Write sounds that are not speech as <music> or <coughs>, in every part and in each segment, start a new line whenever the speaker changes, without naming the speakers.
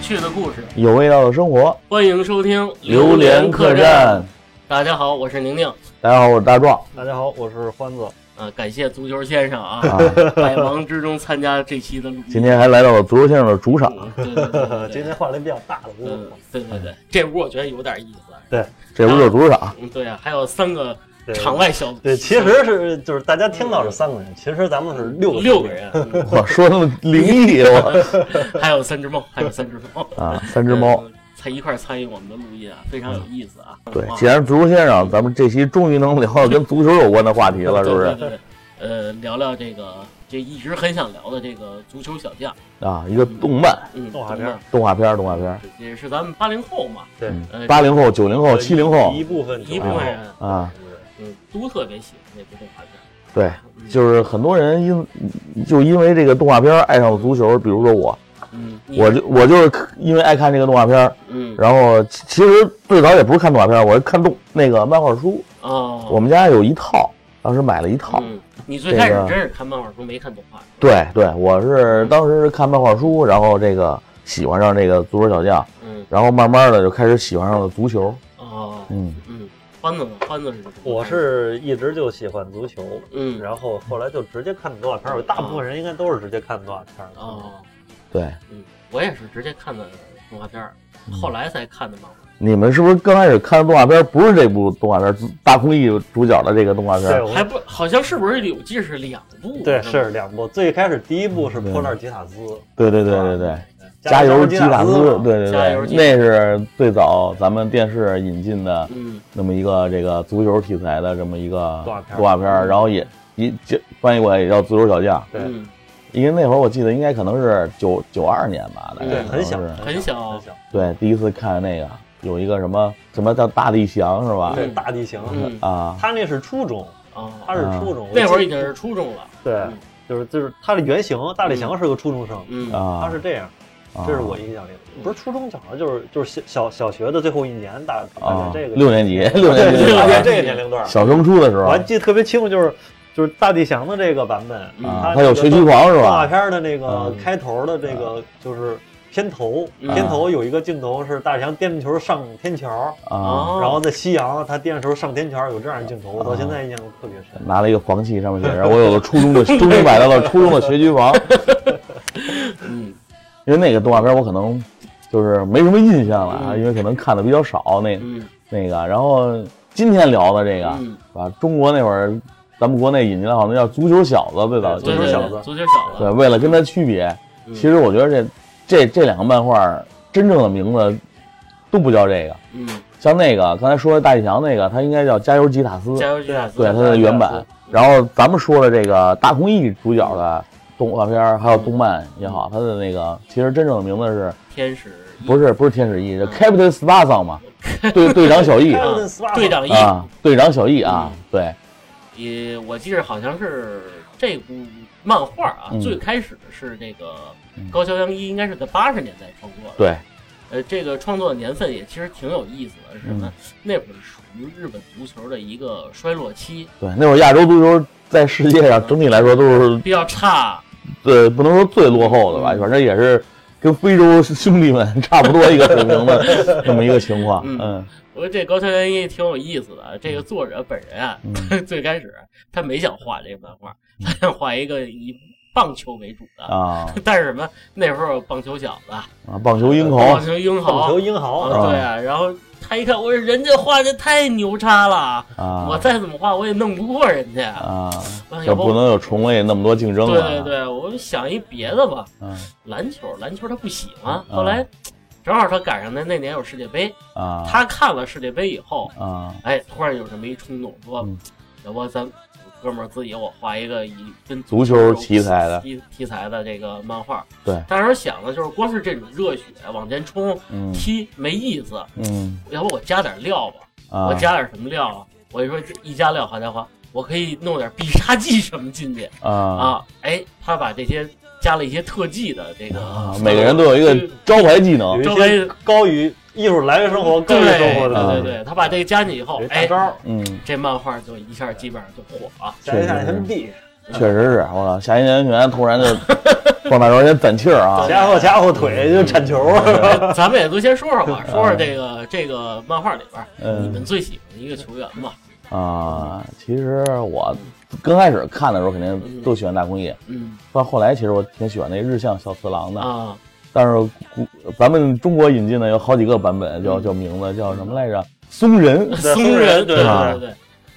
趣的故事，
有味道的生活，
欢迎收听《
榴莲客
栈》。
栈。
大家好，我是宁宁。
大家好，我是大壮
大家好，我是欢子。
啊，感谢足球先生啊，
啊，
百忙之中参加这期的录音。
今天还来到了足球先生的主场，
嗯，对对对对对
呃今天换了一比较大的屋
嗯
子，，
对对对，这屋我觉得有点意思啊。
这不就是足球 <laughs> 场？
嗯，对啊，还有三个
对
场外小组。
对，其实是就是大家听到是三个人，其实咱们是六个
六个，人，啊
我说那么灵异， <laughs> 我
嗯还有三只猫，还有三只猫，
啊， <laughs> 三只猫。嗯
嗯才一块儿参与我们的录音啊，非常有意思啊。
对，
啊
既然足球先生，咱们这期终于能聊到跟足球有关的话题了，是不
对
是？
对对对，呃，聊聊这个这一直很想聊的这个足球小将，
啊，一个动漫、
嗯，
动画
怎
片
么
儿
动画片儿、动画片儿，
样也是咱们八零后嘛，
对，
呃，
八零后、九零后、哦七零后
一部分九
一
零
部
后
分人，
啊，
嗯，都特别喜欢这部动画片儿，
对，
嗯
就是很多人因就因为这个动画片儿爱上了足球，比如说我，
嗯，你
我就我就是因为爱看这个动画片儿，
嗯
然后其其实最早也不是看动画片儿，我是看动那个漫画书。
哦，
我们家有一套，当时买了一套。
嗯，你最开始
这个
真是看漫画书没看动画，
对对，我是当时是看漫画书，然后这个喜欢上这个足球小将，
嗯，
然后慢慢的就开始喜欢上了足球。
哦，
嗯，
嗯，欢子呢？欢子是什么
我是一直就喜欢足球，
嗯，
然后后来就直接看动画片儿。大部分人应该都是直接看动画片儿的。
哦，
对，
嗯，我也是直接看的动画片儿，
嗯
后来才看的漫画。
你们是不是刚开始看的动画片儿不是这部动画片儿，大空翼主角的这个动画片
对，
儿？
我
还不好像是不是有记是两部？
对
吧
是两部，最开始第一部是波纳吉塔兹，
对对对对对，
加
油
吉
吉塔
兹
斯，
嘛，
对对
加油
对，
吉
那是最早咱们电视引进的
嗯
那么一个这个足球题材的这么一个
动画片儿
动画片儿，然后也也这翻译过来也叫足球小将。
对
嗯，
因为那会儿我记得应该可能是九九二年吧，大概可
对，
能
很小，
是
嗯很小
很小，
对，第一次看那个有一个什么什么叫大地翔是吧？
对，大地形，
嗯
啊，
他那是初中，他
哦，
是
嗯
初中，
那会儿已经是初中了。
对
嗯，
就是就是他的原型，大李翔是个初中生，
嗯
啊
他是这样，
啊
这是我印象里的，不是初中讲的，就是就是小小小学的最后一年，大大概
啊
这个
六年级六年
对 <laughs> 对
级
六
大
年
概
级
这个年龄段，
小升初的时
我
候
还记得特别清楚，就是就是大地翔的这个版本，
嗯
啊，
他
他有学区房是
动画
吧？
片的那个
嗯
开头的这个就是片头，
嗯
片头有一个镜头是大翔颠着球上天桥，
啊，
哦，
然后在夕阳他颠着球上天桥，有这样的镜头，我到现在印象特别深。
拿了一个黄旗，上面写着我有了初中的， <laughs> 终于买到了初中的学区房。
嗯
因为那个动画片我可能就是没什么印象了啊，
嗯
因为可能看的比较少那
嗯
那个。然后今天聊的这个，
嗯，
啊，中国那会儿，咱们国内引进的好像叫足球小子，最早
对
对
就
对
是
对
足球小子
哎足球小
对，
子。
为了跟它区别，
嗯
其实我觉得这这这两个漫画真正的名字都不叫这个，
嗯，
像那个刚才说的大地翔那个，它应该叫加油吉塔斯，
加油吉塔斯。
对它的原版。然后咱们说的这个大空翼主角的动画片儿还有动漫也好，它的那个其实真正的名字是
天使
不是不是天使翼，是 Captain s p a r a 嘛，队队长
<laughs>
小翼
啊
队长一，
啊，队长小翼啊，对，
也我记着好像是这部漫画啊，
嗯
最开始是这个
嗯
高桥阳一应该是在八十年代创作的。
对，
呃，这个创作的年份也其实挺有意思的，是什么？
嗯
那会儿属于日本足球的一个衰落期，
对，那会儿亚洲足球在世界上整体来说都是
比较差。
呃，不能说最落后的吧，反正也是跟非洲兄弟们 <laughs> 差不多一个水平的这么一个情况。
嗯
嗯
我说这高桥阳一挺有意思的啊，这个作者本人啊，<laughs>
嗯
最开始他没想画这个漫画，他想画一个以棒球为主的。
啊
但是什么？那时候有棒球小子，
啊，棒球鹰口
棒球英
棒
豪
球，英豪
啊，对啊。然后他一看，我说人家画的太牛叉了，我
啊
再怎么画我也弄不过人家。
啊，
啊
这
要不
不能有种类那么多竞争
对
了。
对对，我想一别的吧。
嗯
篮球，篮球他不喜欢
啊。
后来正好他赶上那那年有世界杯，
啊
他看了世界杯以后，
啊
哎，突然有这么一冲动，说
嗯
要不咱哥们儿自己我画一个以跟
足球题材的
题题材的这个漫画。
对，
当时想的就是光是这种热血往前冲
嗯
踢没意思，
嗯
要不我加点料吧？
啊
我加点什么料啊？我一说一加料，好家伙，我可以弄点必杀技什么进去。
啊
啊，哎，他把这些加了一些特技的这个，
啊，每个人都有一个招牌技能
有。
周
一
围
些高于艺术来源生
嗯
活高于
<laughs> 对
生活的
对
啊
对
东西
对，他把这个加进去以后
有一，大
哎，
招儿，
嗯
这漫画就一下基本上就火了。
下一下 NB，
确实是我操，夏一年员突
<laughs>
然就放大招，先攒气儿啊！
家伙家伙
嗯
腿就铲球儿，
<laughs> 咱们也都先说说吧，说说这个这个漫画里边儿你
嗯
们最喜欢的一个球员吧。
啊，其实我刚开始看的时候肯定都喜欢大空翼，
嗯
但后来其实我挺喜欢那日向小次郎的。
啊，
但是古咱们中国引进的有好几个版本，
嗯
叫叫名字叫什么来着？松仁，
对
松人，
对
对
对
对对，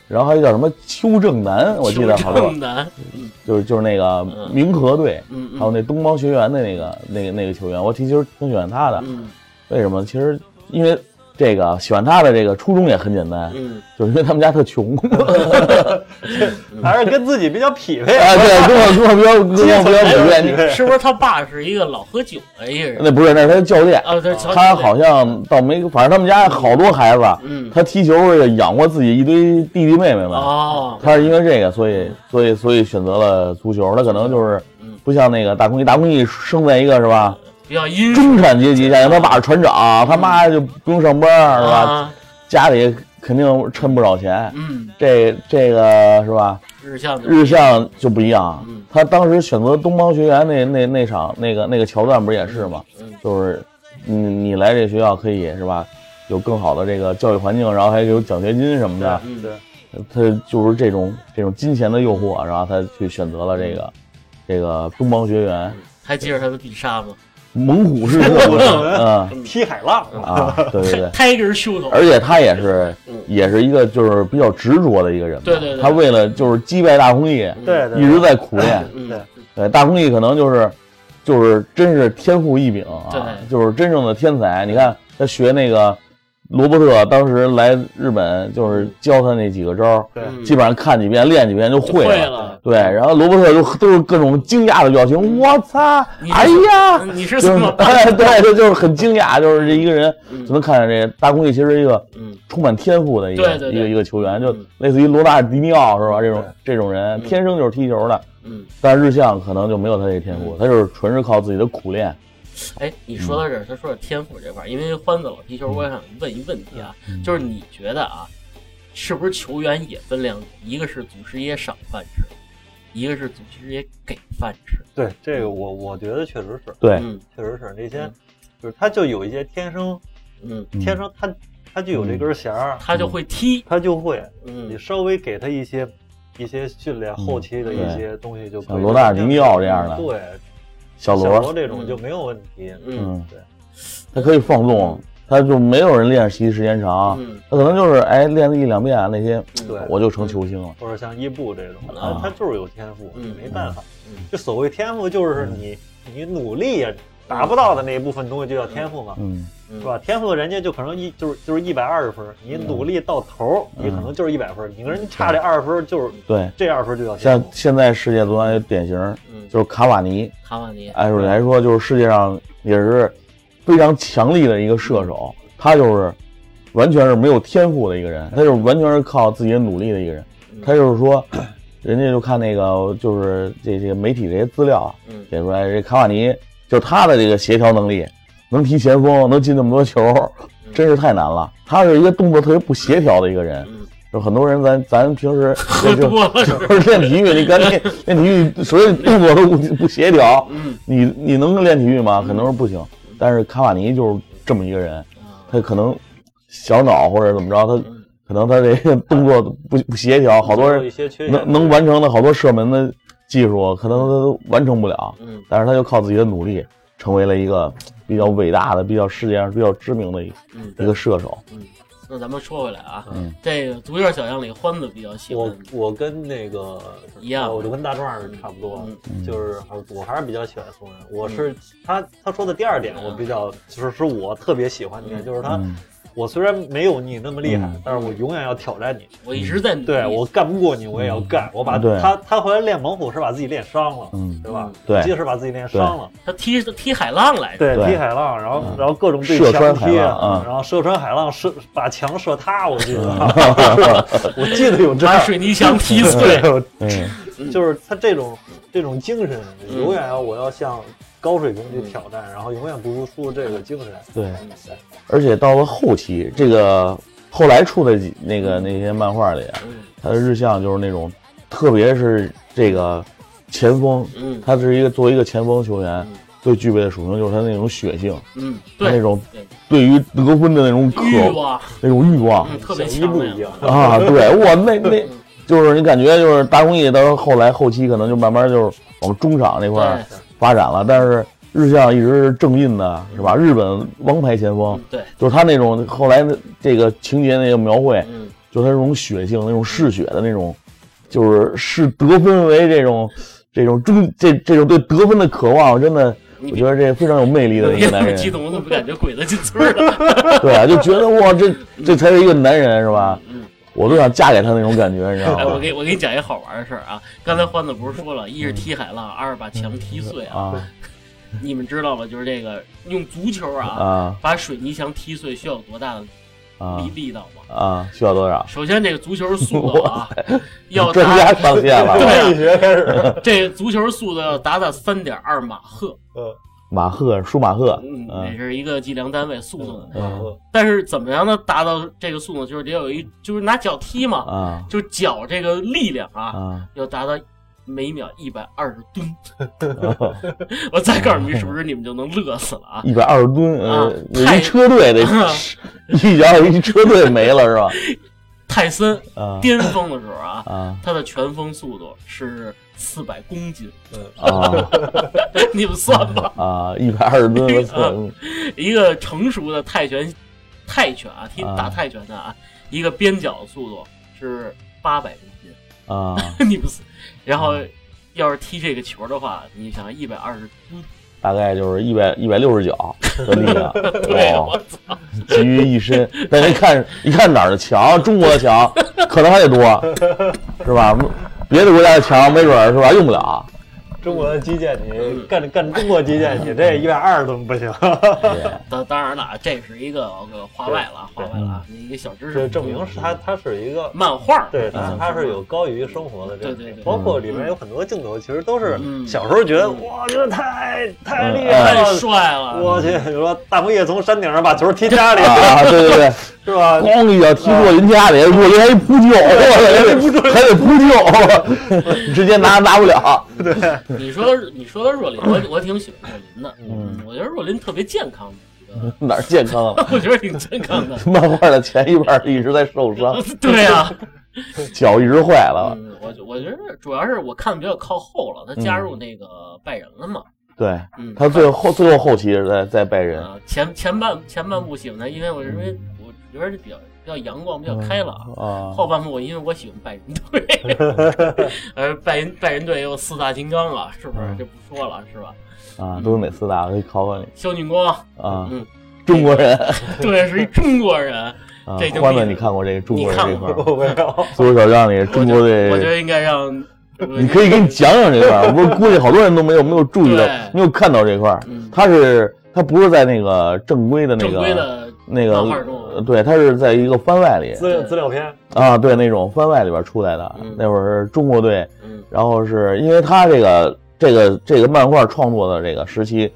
然后还有叫什么邱正南，我记得好多
邱正，南，嗯
就是就是那个明和队，
嗯，
还有那东方学员的那个那个那个球员，我其实挺喜欢他的。
嗯
为什么？其实因为这个喜欢他的这个初衷也很简单， <laughs>
嗯
就是因为他们家特
<laughs>
穷。
啊
<laughs> 嗯
还是跟自己比较匹配。
啊，对，跟我跟我比较跟我比较普遍。你
嗯，是不是他爸是一个老喝酒的一个人？
那不是，那是他的教练，
啊，对，乔
他好像倒没，反正他们家好多孩子，
嗯
他踢球也养活自己一堆弟弟妹妹们。
哦，
他是因为这个，所以所以所以选择了足球。他可能就是
嗯
不像那个大空翼，大空翼生在一个是吧
比较阴湿
中产阶级家庭，他爸是船长，他妈就不用上班是吧？
啊，
家里肯定趁不少钱。
嗯，
这这个是吧？
日向的
日向就不一样啊
嗯，
他当时选择东方学员那那那场那个那个桥段不是也是吗？
嗯
就是你你来这学校可以是吧，有更好的这个教育环境，然后还有奖学金什么的，
嗯
对，
他就是这种这种金钱的诱惑，然后他去选择了这
嗯
个这个东方学员
还记着他的必杀吗？。
猛虎式射
猛虎式
门，嗯
踢海浪，
啊，对对对
，Tiger Shoot，
而且他也是
嗯，
也是一个就是比较执着的一个人嘛。
对对对
他为了就是击败大空翼，
对
嗯一
对
直在苦练。
嗯
对
对，大空翼可能就是就是真是天赋异禀
对
啊，就是真正的天才。你看他学那个罗伯特，当时来日本就是教他那几个招儿，
对，
基本上看几遍练几遍就
嗯
会
会
了。
了。嗯
对，然后罗伯特就都是各种惊讶的表情，我操，
你
哎呀，
嗯你是
就是 <laughs>
怎么办？
哎，对，就就是很惊讶，就是这一个人
嗯
就能看见这大空翼其实是一个
嗯
充满天赋的一个
对对对
一个一个球员，就
嗯
类似于罗纳尔迪尼奥是吧？这种
对
这种人
嗯
天生就是踢球的，
嗯，
但日向可能就没有他这天赋，他就是纯是靠自己的苦练。
哎，你说到这儿，他说到天赋这块儿，因为欢子老踢球，我想问一问题啊，就是你觉得啊，是不是球员也分两种，一个是祖师爷赏饭吃，一个是祖师爷给饭吃？
对，这个我我觉得确实是，
对，
嗯
确实是那些
嗯，
就是他就有一些天生
嗯，
嗯
天生他他就有这根弦儿，
他就会踢，
他就会，你
嗯
稍微给他一些一些训练后期的一些东西就可
嗯
以。嗯
像罗纳尔迪尼奥这样的
对，
小
小罗
罗，
这种就没有问题。
嗯
嗯，
对，
他可以放纵，他就没有人练习时间长，
嗯
他可能就是哎练了一两遍那些，
对
我就成球星了。
或者像伊布这种，
啊
他他就是有天赋，
嗯
没办法
嗯嗯。
就所谓天赋，就是你你努力也达不到的那一部分东西，就叫天赋嘛。
嗯，
嗯，
是吧？天赋人家就可能一就是就是一百二十分，你努力到头，
嗯
你可能就是一百分，你跟人差这二十分，就是
对，
这二十分就叫天
像
赋。
现在世界足坛有典型
嗯
就是卡瓦尼，
卡瓦尼，
按理来说就是世界上也是非常强力的一个射手，
嗯
他就是完全是没有天赋的一个人，他就是完全是靠自己的努力的一个人。
嗯
他就是说，人家就看那个就是这这个媒体这些资料啊，
嗯
写出来这卡瓦尼就是他的这个协调能力，能踢前锋，能进那么多球，
嗯
真是太难了。他是一个动作特别不协调的一个人，
嗯，
就很多人咱咱平时
<laughs> 喝
就
多了是
<laughs>
吧，
就是练体育，你干练练体育，所有动作都不不协调。
嗯
你你能练体育吗？可能是不行。但是卡瓦尼就是这么一个人，
啊
他可能小脑或者怎么着，他
嗯
可能他这个动作不不协调，好多
有一
人
些缺陷
能能完成的好多射门的技术，可能他都完成不了。
嗯
但是他就靠自己的努力，成为了一个比较伟大的、比较世界上比较知名的一
嗯，
一个射手。
那咱们说回来啊，
嗯
这个足球小将里欢子比较喜欢
我我跟那个
一样
我就跟大壮是差不多，
嗯
就是我还是比较喜欢松人。我是、他他说的第二点，我比较就是是我特别喜欢的点，就是
啊
他、
嗯
我虽然没有你那么厉害，
嗯
但是我永远要挑战你。
我一直在努力，
嗯对我干不过你，我也要干。我把
嗯对
他他回来练猛虎是把自己练伤了，
嗯
对吧？
对
我记得是把自己练伤了。
嗯他踢踢海浪来着，
对，
对嗯
踢海浪，然后然后各种对
射
墙
穿海
踢，
浪啊
然后射穿海浪，射把墙射塌，我记得， <laughs> 我记得有这
把
样。
水泥墙踢 <laughs> 碎，
嗯，
就是他这种这种精神，永远要我要向高水平去挑战，然后永远不服输这个精神。
对。
嗯
而且到了后期，这个后来出的几那个那些漫画里，
嗯
他的日向就是那种特别是这个前锋，
嗯
他是一个作为一个前锋球员
嗯
最具备的属性，就是他那种血性，
嗯，
他那
对，
种
对
对于得分的那种渴
欲望，
那种欲望
嗯，特别
小一
强
不
烈
<laughs> 一样，
<laughs>
啊，对我那那。就是你感觉就是大公益到后来后期可能就慢慢就是往中场那块儿
对
发展了，但是日向一直是正印的，是吧？日本王牌前锋
嗯，对，
就是他那种后来的这个情节那个描绘，
嗯，
就是他那种血性、那种嗜血的那种，就是视得分为这种这种中这这种对得分的渴望，真的，
你
我觉得这非常有魅力的一个
<laughs>
男人
激。动，我怎么感觉鬼子进村儿了？
对啊，就觉得哇，这这才是一个男人，是吧？
嗯，
我都想嫁给他那种感觉，你知
哎，
道
我
吗？
给我给你讲一好玩的事儿啊！刚才欢子不是说了，一是踢海浪，二是把墙踢碎啊。
啊
你们知道吗？就是这个用足球啊，
啊
把水泥墙踢碎需要有多大的
啊
力力道吗？
啊！需要多少？
首先，这个足球速度啊，要
专
达
家上线了，
<laughs> 对啊
力学开始，
这足球速度要达到三点二马赫，
嗯
马赫舒马赫，
嗯，这
嗯
是一个计量单位速度。
嗯
但是怎么样能达到这个速度？就是得有一，就是拿脚踢嘛，
啊
就是脚这个力量啊，
啊
要达到每秒一百二十吨。 <laughs> 我再告诉你们，是不是你们就能乐死啊了啊？
<laughs> 一百二十吨，
啊
呃，
太
一车队得 <laughs> 一脚一车队没了是吧？
泰森
啊
巅峰的时候啊，
啊
他的全风速度是四百公斤， <laughs>
啊
你们算吧。
啊！一百二十吨，我操！
一个成熟的泰拳，泰拳啊，踢
啊
打泰拳的啊，一个边脚的速度是八百公斤， <laughs>
啊，
你不是？然后要是踢这个球的话，你想一百二十吨，
大概就是一百一百六十脚的力量，
对，
哇
<laughs> 我，操，
集于一身。但一看一看哪儿的强，中国的强，可能还得多，是吧？别的国家的强，没准儿是吧？用不了。啊
中国的基建你干干中国基建，你这一百二十吨不行，
对，
当当然了啊，这是一个呃话外了啊，话
对
外
嗯
了啊，一个小知
这
识，
证明是它它是一个
漫画，啊
对，
它
它它是有高于生活的
对
这
对对
种，包括里面有很多镜头，其实都是
嗯
小时候觉得哇，这太太厉
太
害了，
帅了，啊
我去，你说大工业从山顶上把球踢家里
啊，对对对，
是吧？
咣一脚踢过人家里，我这还一扑救，
哎
我操还得扑救，直接拿拿不了。
你说你说到若琳，我我挺喜欢若琳的，嗯，我觉得若琳特别健康的一
嗯
个，
哪儿健康啊？
我觉得挺健康
<laughs>
的。
漫画的前一半一直在受伤，
对啊，
脚一直坏
啊
了。
嗯，我觉我觉得主要是我看的比较靠后了，他加
嗯
入那个拜仁了嘛，
对
嗯，
他最后最后后期是在在拜仁，
啊，前前半前半部喜欢他，因为我认为我觉得比较比较阳光，比较开
嗯
朗。
啊
后半部我因为我喜欢拜仁
<laughs>
队，而拜仁拜仁队有四大金刚啊，是不是
嗯
就不说了，是吧？
啊，都是哪四大？我可以考考你
肖俊光，
啊
嗯，
中国人
对，是一中国人，
啊
这就，
欢子，你看过这个中国人这
你
块
看
儿？
我没有，
足球小将里
我
中
觉
国
得我觉
队，
得应该让
嗯你可以给你讲讲这
<laughs>
块儿。我不是估计好多人都没有没有注意到
对，
没有看到这块儿
嗯。
他是他不是在那个正规的那
正
个
规的
那个
漫画中啊
呃对，他是在一个番外里
资料资料片，
啊，对那种番外里边出来的
嗯。
那会儿是中国队，
嗯
然后是因为他这个这个这个漫画创作的这个时期，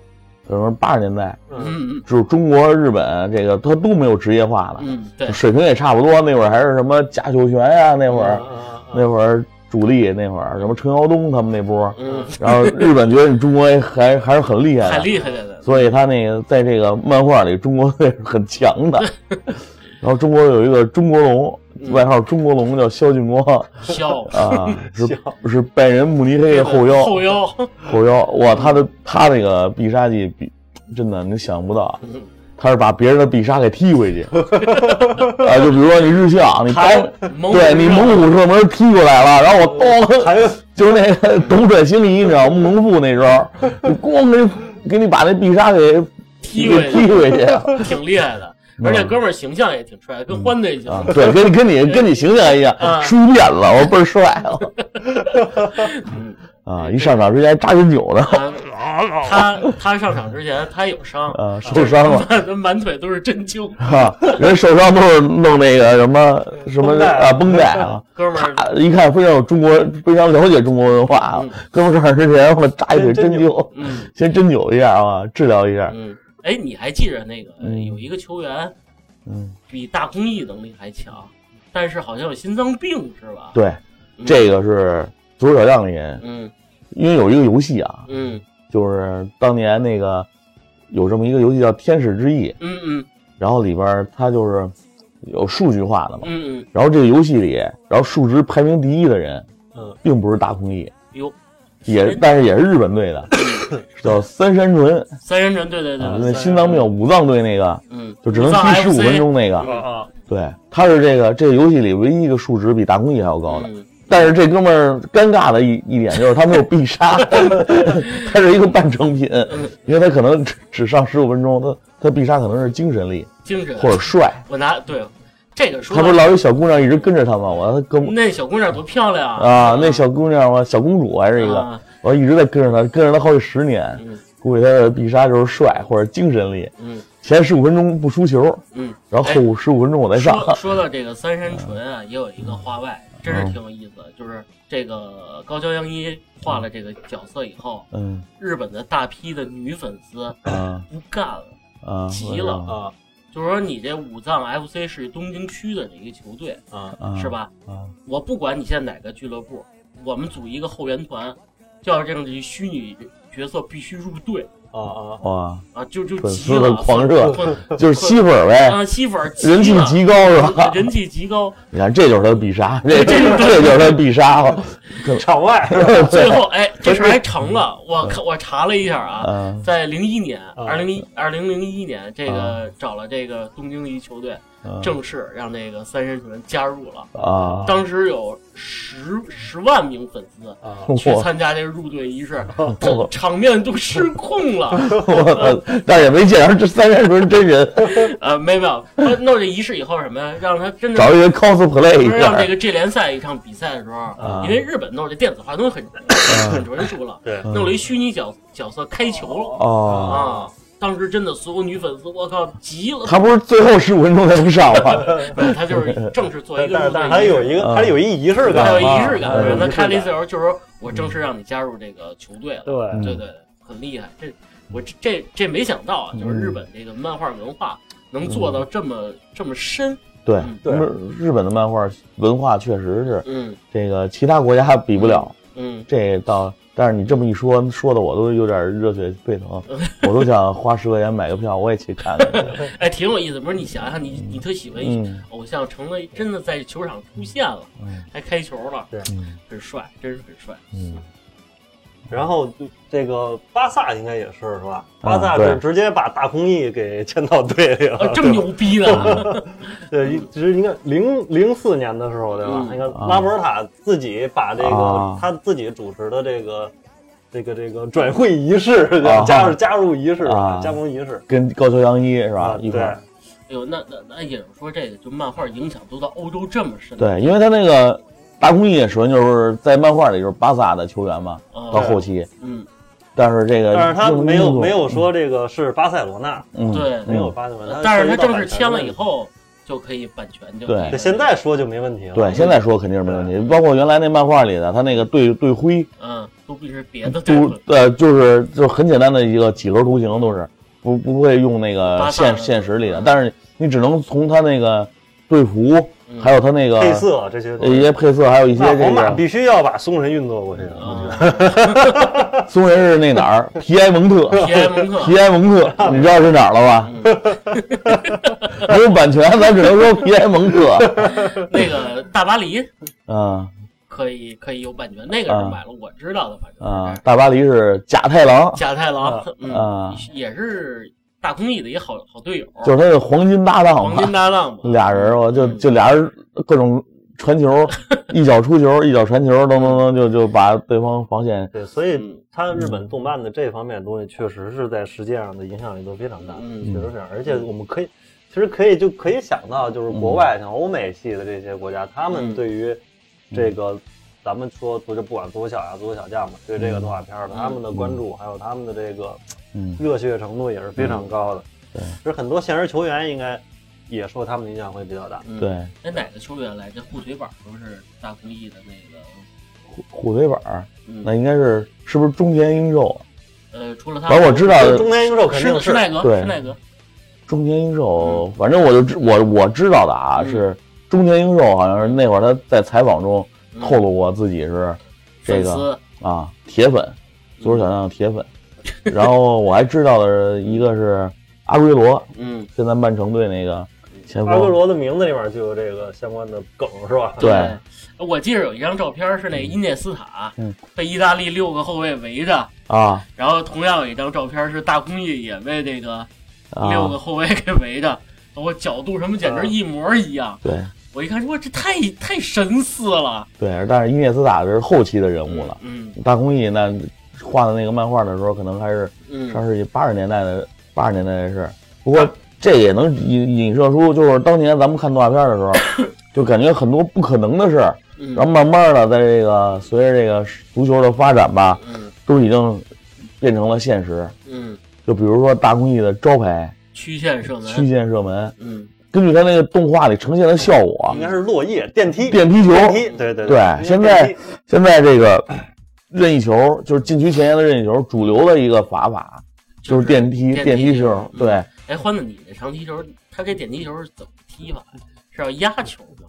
可能八十年代，
嗯，
嗯嗯
就是中国、日本这个他都没有职业化的，
嗯，对，
水平也差啊不多。那会儿还是什么贾秀全呀、那会儿、
嗯
那会儿主力，那会儿什么陈耀东他们那波，
嗯，
然后日本觉得你中国还还是很厉害
太
的，
厉害了，
所以他那个在这个漫画里，中国队是很
<laughs>
强的。然后中国有一个中国龙，
嗯
外号中国龙叫肖
<laughs>
俊光
笑。
啊，
笑
是是拜仁慕尼黑后腰
后
<laughs>
腰，
后腰，哇，他的他那个必杀技比真的你想不到
嗯，
他是把别人的必杀给踢回
<laughs>
去啊，就比如说你日向，你
他
刚
蒙古
对你
人哦
蒙古射门踢过来了，然后我咚，
还有
就是那
<laughs>
个斗转星移，你知道吗？蒙父那招，就咣给你给你把那必杀给
<laughs> 踢
给
回
踢
去，<laughs>
回去啊
挺厉害的。而且哥们儿形象也挺帅，跟欢队
啊
像。！
对，跟跟你跟你形象一样
啊，
梳辫子，我倍儿帅
<laughs>
了
嗯
啊！一上场之前还扎针灸呢，
他他他上场之前他有伤，
啊，受伤了。
满 <laughs> 满腿都是针灸。
啊，人受伤都是弄那个什么什么
绷带
啊绷带啊，
哥们儿，
啊一看非常有中国，非常了解中国文化啊
嗯。
哥们儿上场之前，我扎一腿针
针
灸，
嗯
<laughs> 先针灸一下啊，治疗一下。
嗯，哎，你还记着那个
嗯
有一个球员
嗯，
比大公益能力还强，但是好像有心脏病是吧？
对，这个是足球小将里，
嗯
因为有一个游戏啊，
嗯
就是当年那个有这么一个游戏叫《天使之翼》，
嗯嗯
然后里边儿它就是有数据化的嘛，
嗯嗯，
然后这个游戏里，然后数值排名第一的人
嗯，
并不是大空翼，
哟，
也但是也是日本
<laughs>
队的，叫三山纯，
嗯
啊
三人阵，对对对，
那心脏病武藏队那个
嗯，
就只能踢十五分钟那个，
啊啊，
对，他是这个这个游戏里唯一一个数值比大空翼还要高的。
嗯
但是这哥们儿尴尬的一一点就是他没有
<laughs>
必杀，他是一个半成品，
嗯
因为他可能只只上十五分钟，他他必杀可能是精神力
精神，
或者帅。
我拿对这个说
他
到，
不是老有小姑娘一直跟着他吗？我他哥们
那小姑娘多漂亮
啊，那小姑娘嘛，小公主还是一个，
嗯啊
我一直在跟着她，跟着她好几十年
嗯，
估计她的必杀就是帅或者精神力，
嗯
前十五分钟不输球，
嗯，
然后后十五分钟我再上。
说说到这个三
嗯
山纯啊，也有一个画外，真是挺有意思的。就是这个高桥阳一画了这个角色以后，
嗯
日本的大批的女粉丝
啊
不干了，
啊，
急了
我
啊
就是说你这武藏 FC 是东京区的一个球队，
啊
知道
是？吧？
啊
我不管你现在哪个俱乐部，我们组一个后援团，就要让这虚拟角色必须入队
啊啊，
哇，
啊！就就
粉
急
丝的
了，
狂热
粉丝
就是吸粉呗，
啊，吸粉儿
人气
了
极高是吧？
人气极
<laughs>
高，
你看这就是他的必杀，这
这就是
这就是他的必杀了。
场外
最后哎，这事儿还成了。我看我查了一下啊，
嗯
在零一年，二零一二零零一年，这
啊
个找了这个东京的一球队，
嗯
正式让这个三山纯加入了。
啊，
当时有十十万名粉丝
啊
去
我
参加这个入队仪
<laughs>
式，这场面都失控了。
我，但是也没见着这三人不是真人，
呃，没有没有，他弄这仪式以后什么呀？让他真的
找一人 cosplay
不
一
是
下啊
让这。个 G 联赛一场比赛的时候，因为日本弄这电子化东西很、
<coughs>
很成熟了，
对
嗯
弄了一虚拟角角色开球
哦，
啊。当时真的所有女粉丝，我靠，急了。
他不是最后十五分钟才能上
<laughs>
吗？
不是他就是正式做一
但
个入队仪式，
但但还有一个，还有一仪式感，
还有仪式感，
啊
让他开了一
仪
次
式感
球，就是说我正式让你加入这个球队了。
对，
对对，对很厉害。这我这这这没想到啊，就是日本这个漫画文化能做到这么、这么深。
对
嗯，
对
日日本的漫画文化确实是
嗯
这个其他国家比不了，
嗯，
这倒。但是你这么一说，说的我都有点热血沸
<laughs>
腾，我都想花十块钱买个票，我也去看看。
哎，挺有意思。不是你想想，你你特喜欢
嗯
偶像，成了真的在球场出现了，还开球了，
对
很帅，真是很帅。
嗯，
然后就这个巴萨应该也是是吧？巴萨
嗯对
是直接把大空翼给签到队里了，
啊， <laughs> 这么牛逼呢？
<laughs> 对，一直应该零零四年的时候，对吧
嗯？
那个拉波尔塔自己把这个
啊
他自己主持的这个这个这个转会仪式
啊，
<laughs> 加入加入仪式
啊，
加盟仪式
跟高桥阳一是吧
啊？
一块
对
儿。
哎呦，那那那也就是说，这个就漫画影响都到欧洲这么深。啊
对，因为他那个大空翼，首先就是在漫画里就是巴萨的球员嘛，
哦
到后期，
嗯，
但是这个
但是他
用
没有
用途
没有说这个是巴塞罗那，
嗯
对
没有
嗯
巴塞罗那，
但是他
涉及到
正式
版权
签了
问题
以，后，就可以版权就
对
可以
对现在说就没问题了。
对，现在说肯定是没问题。包括原来那漫画里的他那个队队徽，
嗯，都不是别的队
都
伍。
呃就是就是很简单的一个几何图形都是不不会用那
巴
个
萨
现
的
现实里的，但是你只能从他那个队服，还有他那个呃
配色这些东
一
西，
些配色，还有一些
那
这
皇马
个
必须要把松人运作过去。
啊，
松人是那哪儿皮埃蒙特。
皮埃蒙特，
皮埃蒙特，嗯你知道是哪儿了吧？ <laughs> 没有版权，咱只能说皮埃蒙特。 <laughs>
那个大巴黎
啊
可以可以有版权，那个是买了我知道的，反正
啊，大巴黎是假太郎，
贾太郎，嗯，
啊，
也是大空翼的一个好好队友，
就是他的黄金搭档
黄金
嘛，
搭档嘛，
<laughs> 俩人我
嗯
就就俩人各种传球，一脚出球，一脚传球，噔噔噔就就把对方防线。
对，所
嗯
以它日本动漫的这方面的东西，确实是在世界上的影响力都非常大，
嗯
确实是这样。而且我们可以，其实可以就可以想到，就是国外像欧美系的这些国家，他
嗯
们对于这个。咱们说足球，不管足球小将、足球小将嘛，对这个动画片儿的他们的关注，还有他们的这个
嗯
热血程度也是非常高的。嗯对，其实很多现实球员应该也受他们的影响会比较大。
嗯，
对，
那哪个球员来这护腿板都是大空翼的那个，
虎腿板儿
嗯
那应该是是不是中田英寿？
呃，除了他，
反正我知道
中田英寿肯
施
定
施
是
耐格，
对
施耐格，
中田英
嗯
寿，反正我就知我我知道的啊，
嗯
是中田英寿好像是那会儿他在采访中
嗯
透露我自己是这
粉
个
丝
啊，铁粉，足球小将的铁粉。
嗯
然后我还知道的一个是阿圭罗，
嗯，
现在曼城队那个前
阿圭
锋，
罗的名字里面就有这个相关的梗是吧？
对，
我记着有一张照片是那个因涅斯塔
嗯
被意大利六个后卫围着，
啊
然后同样有一张照片是大公益也被这个六个
啊，
后卫给围着，我角度什么简直一模一样。
对
我一看说这太太神似了，
对，但是伊涅斯塔这是后期的人物了，
嗯
大空翼那画的那个漫画的时候，可能还是上
嗯，
世纪八十年代的八十年代的事。不过这也能引引射出，就是当年咱们看动画片的时候，就感觉很多不可能的事儿，
嗯
然后慢慢的在这个随着这个足球的发展吧，
嗯
都已经变成了现实。
嗯，
就比如说大空翼的招牌
曲线射
曲
门，
线射门，
嗯
根据他那个动画里呈现的效果
应，该是落叶电梯
电梯球，
电梯，哎对对
哦对，现在现在这个任意球就是禁区前沿的任意球，主流的一个法法就是电梯
电
电梯
球
球，，对，
哎，欢子，你那长踢球，他这点踢球是怎么踢法？是要压球吗？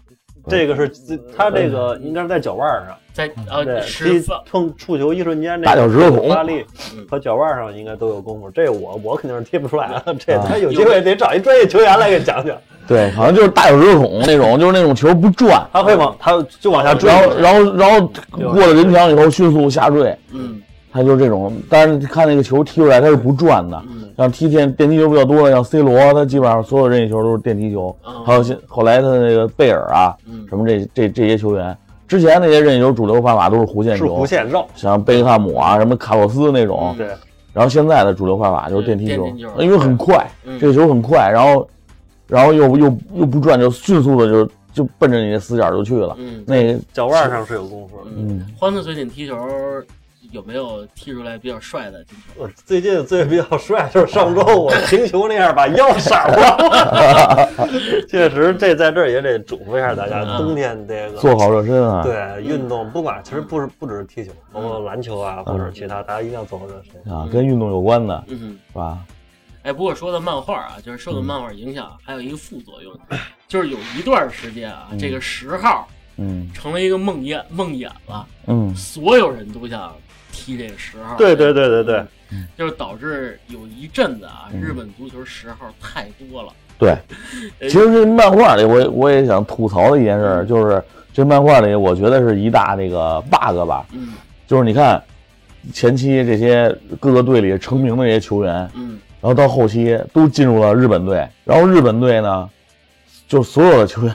这个是他这个应该是在脚腕上，
在
对
呃，
踢
十方，
碰触球一瞬间，
大脚
脚
趾头孔
发力
嗯
和脚腕上应该都有功夫。这我我肯定是踢不出来了，这
啊
他有机会得找一专业球员来给讲讲。
对，好像就是大有热桶那种，就是那种球不转，
他会往他就往下追
然，后然后然后过了人墙以后迅速下坠，
嗯
他就是这种。但是看那个球踢出来，他是不转的。
嗯
像踢电电梯球比较多的，像 C 罗，他基本上所有任意球都是电梯球。
哦
还有现后来他的那个贝尔啊，
嗯
什么这这这些球员，之前那些任意球主流方法都是弧线
是
球
弧，线绕，
像贝克汉姆啊，什么卡洛斯那种。
对，
然后现在的主流方法就是电梯球
嗯电梯球，
因为很快，
嗯
这个球很快，然后然后又又又不转，就迅速的就就奔着你的死角就去了。
嗯
那个
脚腕上是有功夫。
嗯，欢子最近踢球有没有踢出来比较帅的进球？
我最近最比较帅就是上周我停球那样把腰闪了， <laughs> 确实这在这儿也得嘱咐一下大家，
嗯
冬天这个
做好热身啊，嗯
对运动，不管其实不是不只是踢球，包括篮球啊或者其他，大家一定要做好热身。
啊，跟运动有关的
嗯，
是吧？
哎，不过说到漫画啊，就是受到漫画影响，还有一个副作用，就是有一段时间啊，这个十号
嗯
成了一个梦魇梦魇了，
嗯
所有人都想踢这个十号。
对对对对对，
就是导致有一阵子啊，日本足球十号太多了。， <laughs>
对。其实这漫画里，我也我也想吐槽的一件事
嗯
儿，就是这漫画里，我觉得是一大这个 bug 吧，
嗯
就是你看前期这些各个队里成名的这些球员，
嗯
然后到后期都进入了日本队，然后日本队呢，就所有的球员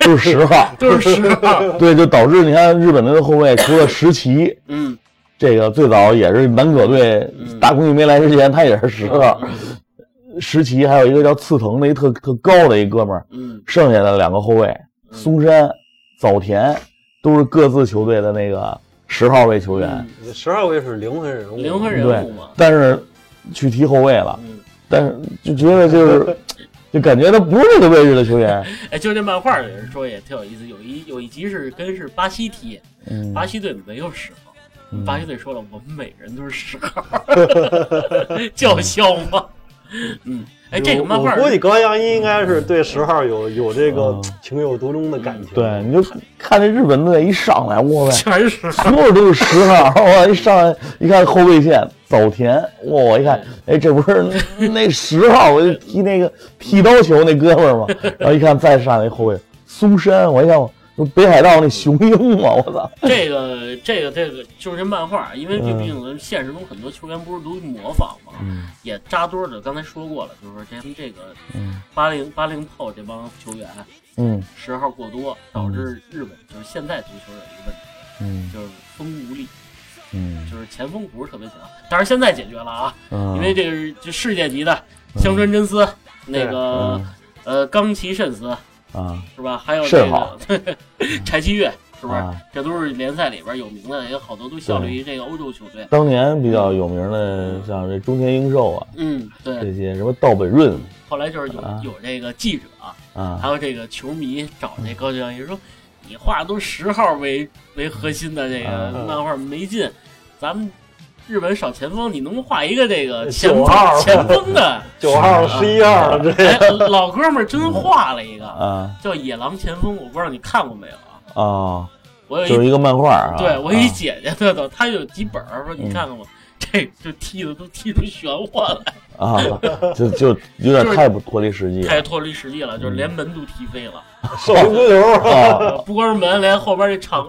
都是十号，
都是十号。
对，就导致你看日本队的后卫除了石崎，
嗯
这个最早也是南葛队
嗯
大空翼没来之前，他也是十号，石崎还有一个叫刺藤的一特特高的一哥们儿，
嗯
剩下的两个后卫松山、早田都是各自球队的那个十号位球员，
嗯，
十二位是灵魂人物，
灵魂人
对
物嘛，。
但是去踢后卫了，
嗯，
但是就觉
<laughs>
得就是。就感觉他不是这个位置的球员，
哎，就这漫画有人说也挺有意思，有一有一集是跟是巴西踢，
嗯
巴西队没有十号，巴西队说了，我们每人都是十号，叫嚣嘛。嗯，哎，这个漫画
我估计高阳一应该是对十号有有这个
嗯
情有独钟的感情。
对，你就看这日本队一上来，哇塞，
全是
所有都是十号，哇，一上来一看后卫线早田，哇，我一看，哎，这不是那那十号，我就踢那个剃刀球那哥们儿吗？然后一看再上来一后卫松山，我一看，我北海道那雄鹰嘛，我操，
这个这个这个就是这漫画，因为毕
嗯
竟现实中很多球员不是都模仿嘛，也扎堆儿的。刚才说过了，就是说这他们这个
嗯
八零八零后这帮球员
嗯
十号过多，导致日本就是现在足球有一个问题，
嗯
就是锋无力，
嗯
就是前锋不是特别强。当然现在解决了啊，
嗯，
因为这个是就世界级的香川真司，那个
嗯
呃冈崎慎司
啊，
是吧？还有这
慎好
个 <laughs> 柴崎岳。是不是？
啊
这都是联赛里边有名的，有好多都效力于这个欧洲球队。
当年比较有名的像这中田英寿啊，
嗯，对。
这些什么道本润
后来就是有、
啊
有这个记者、还
啊，嗯
有这个球迷找这高桥一说，你画都十号为为核心的这个
啊
漫画没劲，咱们日本少前锋，你能不能画一个这
呃
个前
九
锋
号
前锋的？
九号、十一
嗯
号的这
哎，
<laughs>
老哥们儿真画了一个
啊
叫野狼前锋，我不知道你看过没有啊？
啊，
我有
就是
一
一个漫画啊。嗯
对我有一
一
姐姐那都，她有几本儿，说你看看吧，这就踢的都踢出玄幻
<laughs>
来，
啊，就就有点太不脱离实际
太
了。
脱离实际了，就是
嗯
连门都踢飞了，
手林足球，
啊，
不光是门，连后边这场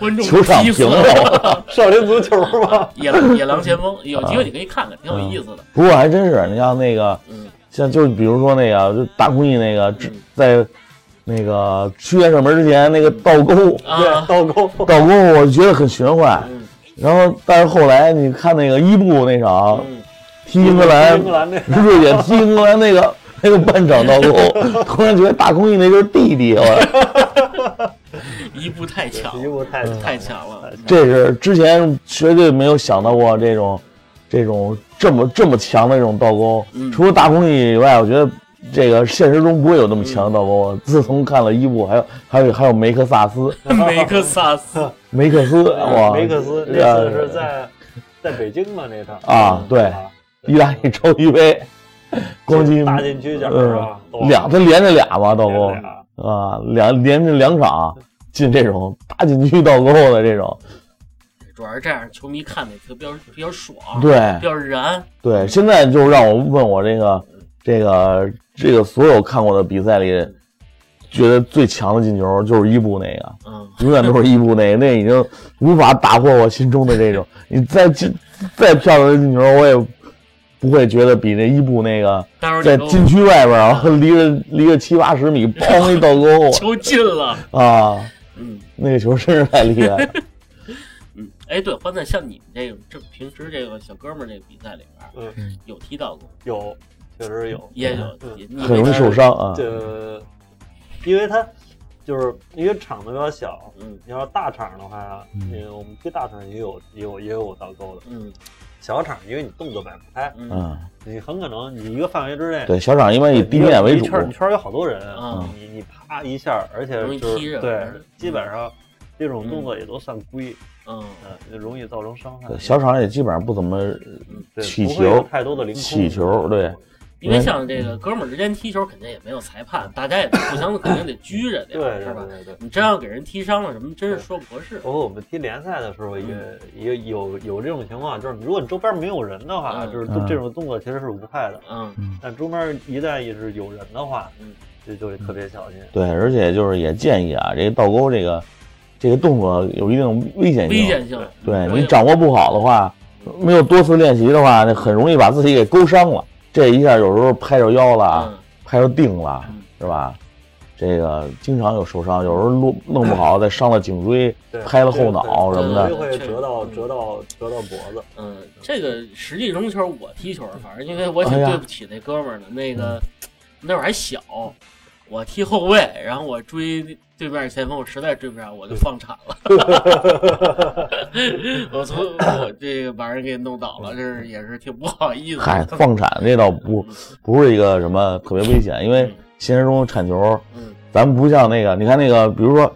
观众
球场
踢死
平了。啊
少林足球嘛，
<laughs> 野狼野狼前锋，有机会你可以看看，挺有意思的。
不过还真是，你像那个，
嗯
像就是比如说那个，就大空翼那个，之在那个去院射门之前那个倒钩，
啊， <laughs>
倒钩，
倒钩我觉得很玄幻。
嗯
然后，但是后来你看那个伊布那场
嗯，
踢英格兰，
英格兰那个
瑞典踢英格兰啊那个 <laughs> 那个半场倒钩， <laughs> 突然觉得大空翼那就是弟弟，
<laughs>
我
一步太强，
一步太强
太强了。
这是之前绝对没有想到过这种这种这么这么强的这种倒钩。
嗯
除了大空翼以外，我觉得这个现实中不会有那么强的倒钩。自从看了伊布，还有还有还有梅克萨斯、
梅
<laughs>
克萨斯，
梅克斯，哇，
哎梅克斯
这
那次是在在北京嘛那趟
啊对
吧
意大利超级
<laughs>
杯，光进
打进去角啊是
嗯
吧？，
俩他连着俩嘛倒钩
连着俩
啊，两连着两场进这种大禁区倒钩的这种，
主要是这样，球迷看的比较比较爽，
对
比较燃。
对，现在就让我问我这个这个这个所有看过的比赛里，觉得最强的进球就是伊布那个，
嗯，
永远都是伊布那个，那已经无法打破我心中的这种，你再进再漂亮的进球，我也不会觉得比那伊布那个。
待会儿
在
你
禁
都
区外边儿，然后离着离着七八十米，砰一倒钩
<laughs> 球进了。
啊！
嗯
那个球真是太厉害了。
嗯，哎，对，欢仔，像你们这个这平时这个小哥们儿这个比赛里边儿
嗯，
有踢到过，
有，确实有，
也有，
嗯
也
很容易受。伤啊。
这因为它就是因为场子比较小，
嗯
你要是大场的话，
嗯
那个我们踢大场也有也有也有倒钩的，
嗯
小场因为你动作摆不开，
嗯嗯
嗯，
你很可能你一个范围之内，
对，小场一般以地面为
你
主
一。圈你圈儿有好多人，
啊
你你啪一下，而且
容易
就
踢
是
着
对
嗯，
基本上这种动作也都算规，
嗯
嗯，就容易造成伤害
对。小场也基本上不怎么，
对
起
不会有
球
太多的凌空
起球对，
因为像这个哥们儿之间踢球，肯定也没有裁判，大家也互相肯定得拘着
对
点儿，
对
是吧
对？对对。
你真要给人踢伤了什么，真是说不合适。
包哦括我们踢联赛的时候也
嗯
也有有这种情况，就是如果你周边没有人的话，
嗯
就是
嗯
这种动作其实是无害的。
嗯
但周边一旦也是有人的话
嗯，
这就得特别小心。
对，而且就是也建议啊，这个倒钩这个这个动作有一定危险性。
危险性，
对
我也
你掌握不好的话，没有多次练习的话，那很容易把自己给勾伤了。这一下有时候拍着腰了啊，
嗯
拍着腚了
嗯，
是吧？这个经常有受伤，有时候弄弄不好再伤了颈椎
对，
拍了后脑什么
的
肯定会
对
折到
对
折到折到脖子。
嗯，这个实际中球我踢球，反正因为我挺
哎呀
对不起那哥们儿的。那个那会儿还小，我踢后卫，然后我追对面前锋，我实在追不上，我就放铲了。 <laughs> 我从我这个把人给弄倒了，这是也是挺不好意思的。
嗨，放铲这倒
嗯
不不是一个什么特别危险，因为现实中铲球，
嗯，
咱们不像那个，你看那个，比如说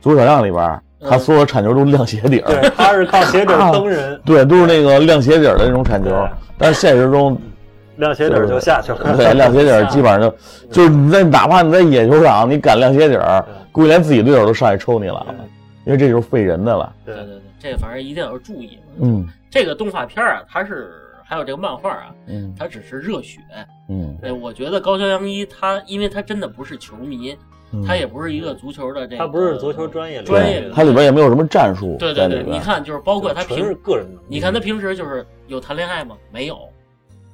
足球小将里边儿，他
嗯
所有铲球都是亮鞋底儿，
对，他是靠
<laughs>
鞋底儿蹬人，
对，都是那个亮鞋底儿的那种铲球
对，
但是现实中，
亮鞋底儿就下去
<laughs>
了。
对，亮鞋底儿基本上就就是你在哪怕你在野球场，你敢亮鞋底儿，估计连自己队友都上去抽你了，因为这就是废人的了，
对对
对，
对，这反正一定要注意。
嗯
这个动画片儿啊，它是还有这个漫画啊，
嗯
它只是热血。
嗯
哎，我觉得高桥阳一他，因为他真的不是球迷，
嗯，
他也不是一个足球的这个，
他不是足球专业的，
专业的
它里边也没有什么战术
对
在
对
里
对，你
边，
看就是包括他
纯是
平，
个人能力。
你看他平时就是有谈恋爱吗？没有，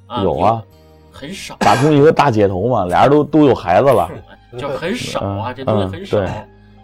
啊
有啊，
很少，啊
打空一和大姐头嘛，俩人都都有孩子了，
就是很少啊，
嗯
这东西很少
嗯对。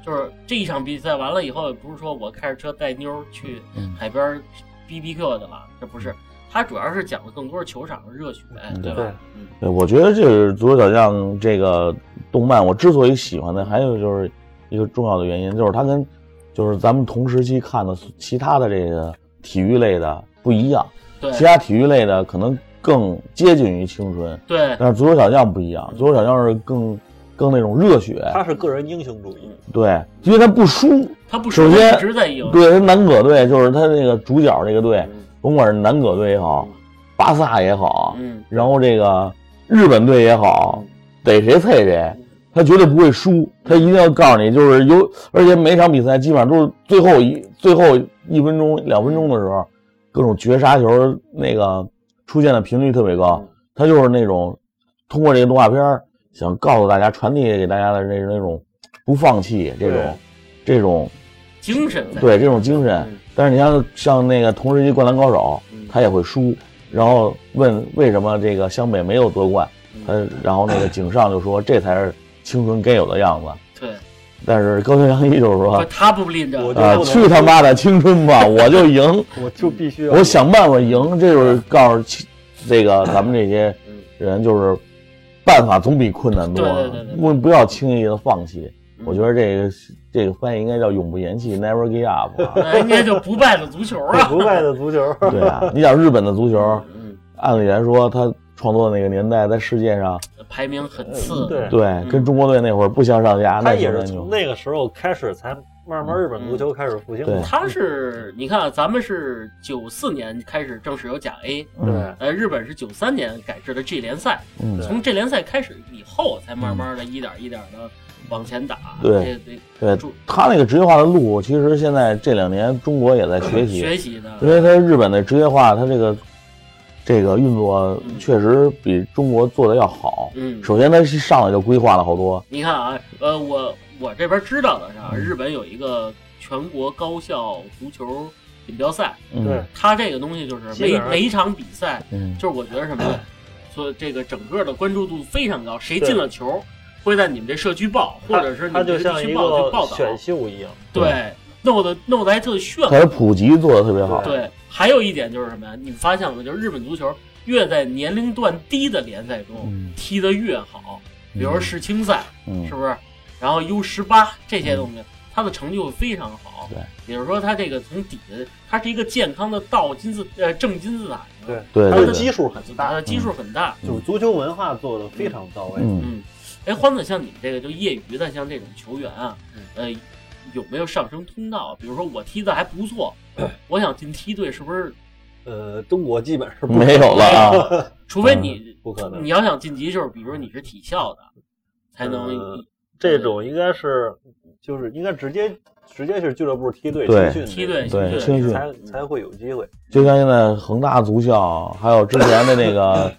就是这一场比赛完了以后，不是说我开着车带妞儿去
嗯
海边儿 B B Q 去了，这不是，他主要是讲的更多是球场的热血，对吧？嗯
对，我觉得这是《足球小将》这个动漫，我之所以喜欢的，还有就是一个重要的原因，就是它跟就是咱们同时期看的其他的这个体育类的不一样，
对
其他体育类的可能更接近于青春，
对
但是《足球小将》不一样，《足球小将》是更更那种热血，
他是个人英雄主义，
对，因为他不输，
他不
首
说
先
一直在赢，
对他南葛队就是他那个主角这个队
嗯，
甭管是南葛队也好，巴萨也好，
嗯，
然后这个日本队也好，逮谁啐谁，他绝对不会输，他一定要告诉你，就是有，而且每场比赛基本上都是最后一最后一分钟、两分钟的时候，各种绝杀球那个出现的频率特别高。他就是那种通过这个动画片儿想告诉大家、传递给大家的那那种不放弃这种这种
精神在，
对这种精神
嗯。
但是你像像那个同时期灌篮高手
嗯，
他也会输，然后问为什么这个湘北没有夺冠，
嗯
他然后那个井上就说这才是青春该有的样子。
对，
但是高桥阳一就是说
说，他不吝着，
我就
啊，
不能
去他妈的青
<laughs>
春吧，我就赢，
我就必须要
我想办法赢，这就是告诉其这
嗯
个咱们这些人，就是办法总比困难多
对对对对，
不不要轻易的放弃。
嗯
我觉得这个这个翻译应该叫永不言弃，Never give up 啊。
那 <laughs> 应该就不败的足球啊，
不败的
<laughs>
足球。
对啊，你想日本的足球，
嗯，
按理来说他创作的那个年代，在世界上
排名很次，
嗯对，
对跟中国队那会儿不相上下，
他
那
也
时候
是从
牛
那个时候开始才慢慢日本足球开始复兴
对
的。
他是你看啊，咱们是九四年开始正式有甲 A，
对，
呃，日本是九三年改制的 G 联赛，
嗯
从 G 联赛开始以后，才
嗯
慢慢的一点一点的往前打，
对
这，
对
注
他那个职业化的路，其实现在这两年中国也在学
<laughs>
习，
学习的
因，为它日本的职业化，它这个这个运作确实比中国做的要好。
嗯，
首先，它是上来就规划了好多，
你看啊，呃，我我这边知道的是啊，
嗯
日本有一个全国高校足球锦标赛，
嗯
对
它这个东西就是
基本
每
上
每一场比赛，
嗯
就是我觉得什么
哎
呢？说这个整个的关注度非常高，谁进了球会在你们这社区报，或者是你
他
们
就
这
像
地
一
区报
个
去报
选
道，
秀一样，
对，弄得弄得还特炫
它的普及做的特别好。
对，还有一点就是什么呀？你们发现了吗？就是日本足球越在年龄段低的联赛中、
嗯
踢得越好，比如说世青赛，
嗯
是，不是？然后 U 十八这些
嗯
东西，他的成就非常好。
对，
也就是说他这个从底下，他是一个健康的倒金字呃正金字塔，
对，嗯
对
他
对
的
对，
基数很
打
大
的，基数很大。
就是足球文化做的非常到位。
嗯，
嗯，哎，欢子，像你这个就业余的，像这种球员啊，
嗯
呃，有没有上升通道？比如说我踢的还不错，
嗯
我想进梯队，是不是？
呃，中国基本是不
没有了啊。
除非你
不可能
你要想晋级，就是比如你是体校的，才能
呃这种应该是就是应该直接直接是俱乐部梯队
对
青训
梯队
对
对
青训
才才会有机会。
就像现在恒大足校，还有之前的那个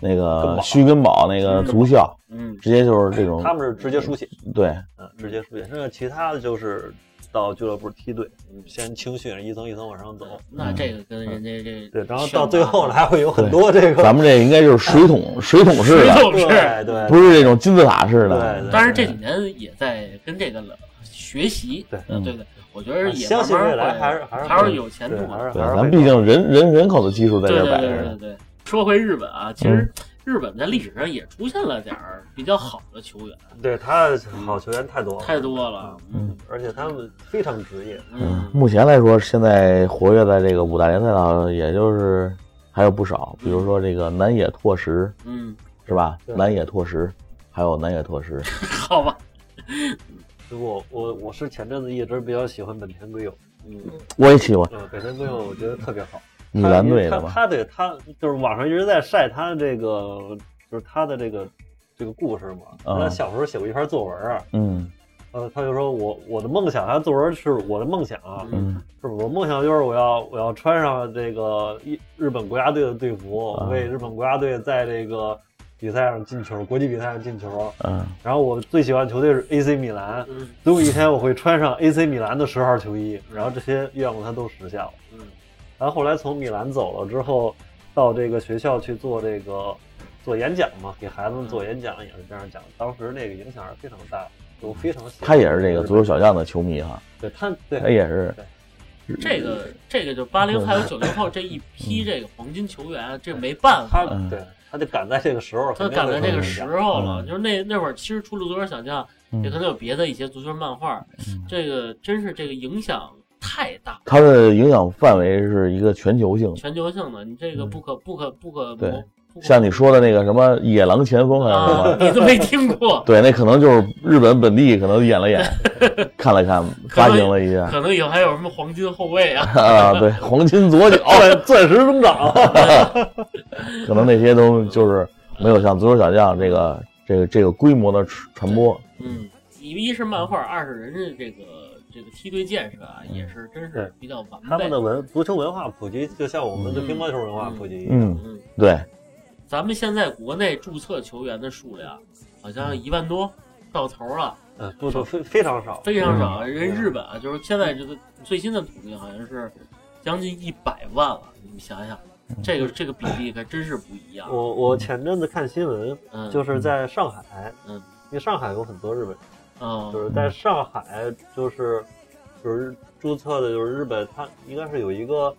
那
根
个
宝
徐根宝那个足校，
嗯
直接就是这种
他们是直接书写，
对
嗯，直接书写。剩下其他的就是到俱乐部梯队，嗯先青训，一层一层往上走。
那这个跟人家这
嗯对，然后
选拔
到最后呢，还会有很多这个，
咱们这应该就是水桶水桶式
谁
的，
都 <laughs> 是。
对对
不是这种金字塔式
对
的。，
对
当然这几年也在跟这个了学习，
对
嗯对的，我觉得也
相信
慢
未
慢
来
会
还是还是
还是有前途
对还
的。
是
对，
还是
咱
会
毕竟人人人口的基数在
对
这
对
摆
对
着
对
呢。
对。说回日本啊，其实
嗯
日本在历史上也出现了点儿比较好的球员，
对他好球员太多了
太，多了。嗯
而且他们非常职业。
嗯，
目前来说，现在活跃在这个五大联赛上，也就是还有不少，比如说这个南野拓实
嗯，
是吧？
对
南野拓实，还有南野拓实，
好吧，
我我我是前阵子一直比较喜欢本田圭佑，嗯，
我也喜欢
呃本田圭佑我觉得特别好。
米兰
因
队
为
的
他
嘛。
他对他就是网上一直在晒他这个，就是他的这个这个故事嘛。
嗯
他小时候写过一篇作文啊，
嗯
呃，他就说我我的梦想，他作文是我的梦想啊，
嗯，
是我梦想就是我要我要穿上这个日日本国家队的队服，
嗯
为日本国家队在这个比赛上进球，国际比赛上进球。
嗯，
然后我最喜欢的球队是 AC 米兰，
嗯
总有一天我会穿上 AC 米兰的十号球衣。然后这些愿望他都实现了。
嗯，
然后后来从米兰走了之后，到这个学校去做这个做演讲嘛，给孩子们做
嗯
演讲也是这样讲。当时那个影响是非常大的，我
嗯
非常喜欢
他也是这个足球小将的球迷哈，
对他
他
对
也是
这个这个就八零还有九零后这一
嗯
批这个黄金球员，这没办法
他，对他就赶在这个时候，
他
肯定
赶
会
在这
有
个
影
时
响
候了，
嗯
就是那那会儿其实除了足球小将，也可能有别的一些足球漫画，
嗯
这个真是这个影响太大，
他的影响范围是一个全球性的。
全球性的，你这个不可不可不可
嗯对
磨不可
像你说的那个什么野狼前锋还是什
啊
么，，
你都没听过，
<laughs> 对，那可能就是日本本地可能演
<laughs>
了演，看了看，发行了一
啊
下。
可能以后还有什么黄金后卫啊，
啊，对，黄金左脚，
<laughs> 钻石
<laughs>
中长，
可能那些都就是没有像足球小将这个这个这个规模的传播。
嗯，一是漫画，二是人家这个这个梯队建设啊，也是真是比较完备。
嗯他们的文足球文化普及，就像我们的乒乓球文化普及一样。
嗯，
嗯，
对，
咱们现在国内注册球员的数量好像一万多到头了，
嗯，不不非非常少，
非常
嗯
少。人日本啊，就是现在这个最新的统计好像是将近一百万了，你们想想，这个这个比例可真是不一样。
嗯我我前阵子看新闻，
嗯，
就是在上海，
嗯
因为上海有很多日本人，
嗯，
就是在上海，就是就是注册的，就是日本，他应该是有一个，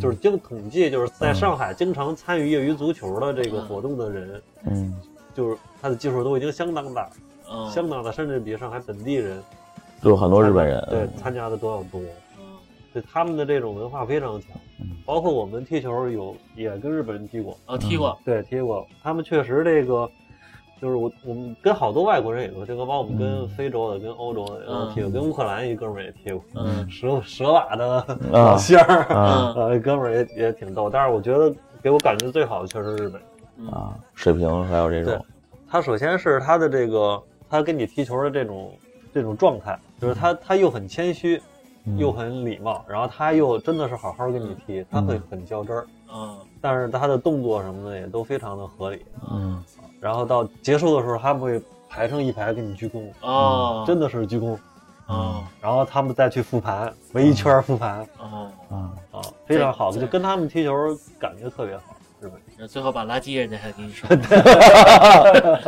就是经统计，就是在上海经常参与业余足球的这个活动的人，
嗯
就是他的基数都已经相当大，
嗯
相当大，甚至比上海本地人
就有很多日本人。
对参加的都要多。
嗯
对他们的这种文化非常强
嗯，
包括我们踢球有也跟日本人踢过，
哦，踢过，
对，踢过。他们确实这个，就是我我们跟好多外国人也都踢过，包括我们跟非洲的、跟欧洲的也都踢过，
嗯
跟乌克兰一哥们儿也踢过，
嗯
舍舍瓦的
嗯
老
啊
<laughs> 乡儿，
啊
嗯
呃，哥们儿也也挺逗。但是我觉得给我感觉最好的确实是日本。
嗯
啊！水平还有这种，
他首先是他的这个，他跟你踢球的这种这种状态，就是他他又很谦虚，
嗯
又很礼貌，然后他又真的是好好跟你踢，他会很较真儿，
嗯
但是他的动作什么的也都非常的合理。
嗯
然后到结束的时候，他们会排成一排给你鞠躬，
啊
哦，
嗯真的是鞠躬。
哦
然后他们再去复盘，围一圈儿复盘
哦，
啊，
啊，非常好，
对
就跟他们踢球感觉特别好。日本
然后最后把垃圾人家还给你
<laughs>
收了，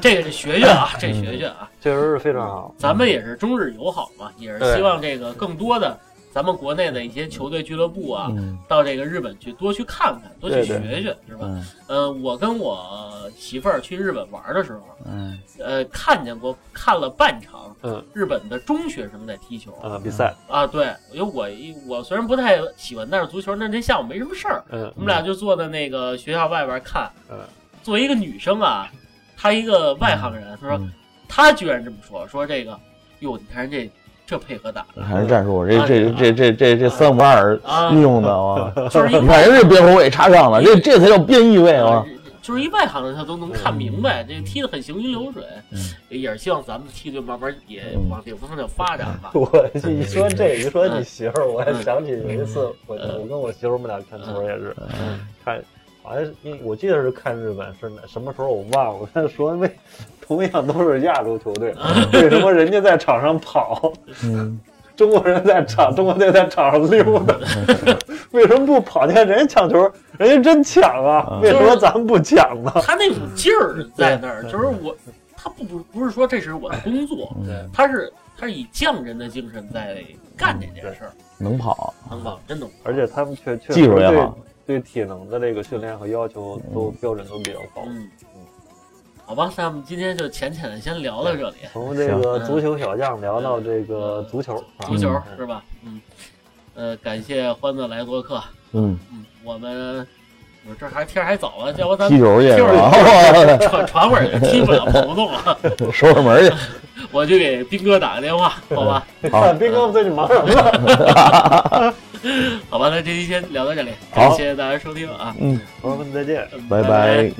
这个是学学啊，这学学啊，
确实是非常好。
咱们也是中日友好嘛，也是
嗯对
希望这个更多的咱们国内的一些球队俱乐部啊，
嗯
到这个日本去多去看看，多去
对
学
对
学，是吧？
嗯
呃，我跟我媳妇儿去日本玩的时候，
嗯
呃，看见过看了半场
嗯
日本的中学生在踢球
啊，比赛，
啊，对，因为我一我虽然不太喜欢，但是足球那天下午没什么事儿，
嗯
我们俩就坐在那个学校外边看。
嗯
作为一个女生啊，她一个外行人，她说
嗯
她居然这么说，说这个，哟，你看人这这配合打的
还是战术，这这这这这这三五二
啊
利用的啊！
<laughs> 就是一
你看人家边后卫插上了，这这才叫边翼位
啊
啊！
就是一外行人，他都能看明白，这踢得很行云流水，
嗯
也是希望咱们梯队慢慢也往这个方向发展吧。
<laughs> 我一说这，一说
你
你媳妇儿，我
还
还
想
想起有一次，我
嗯
我跟我媳妇儿我们俩看球也是
嗯
看，好像是因我记得是看日本是哪什么时候我忘了，但是说为 <laughs> 同样都是亚洲球队， <laughs> 为什么人家在场上跑，
嗯，
中国人在场，中国队在场上溜达， <laughs> 为什么不跑？你看人家抢球，人家真抢啊，
嗯
为什么咱们不抢呢？
他那股劲儿在那儿，就是我，他不不不是说这是我的工作，
嗯
他是他是以匠人的精神在干这件事儿，
能跑，
能跑真能跑。
而且他们确确
技
实
术也
对
好
对体能的这个训练和要求都标准都比较高。
嗯，好吧，那我们今天就浅浅的先聊到这里，
从这个足球小将聊到这个足球，啊
足球是吧？嗯，呃，感谢欢子来做客，
嗯，
嗯，我们我这还天还早啊，要不咱
踢球去是吧？
传传会儿也踢不了跑不动了，
<laughs> 守守门去，
我就给斌哥打个电话，好吧？
好
<laughs> 看斌哥最近忙什么 <laughs> 呢？
好吧，那这期先聊到这里，感谢大家收听啊，
嗯，
朋友们再见。
嗯
拜
拜
拜。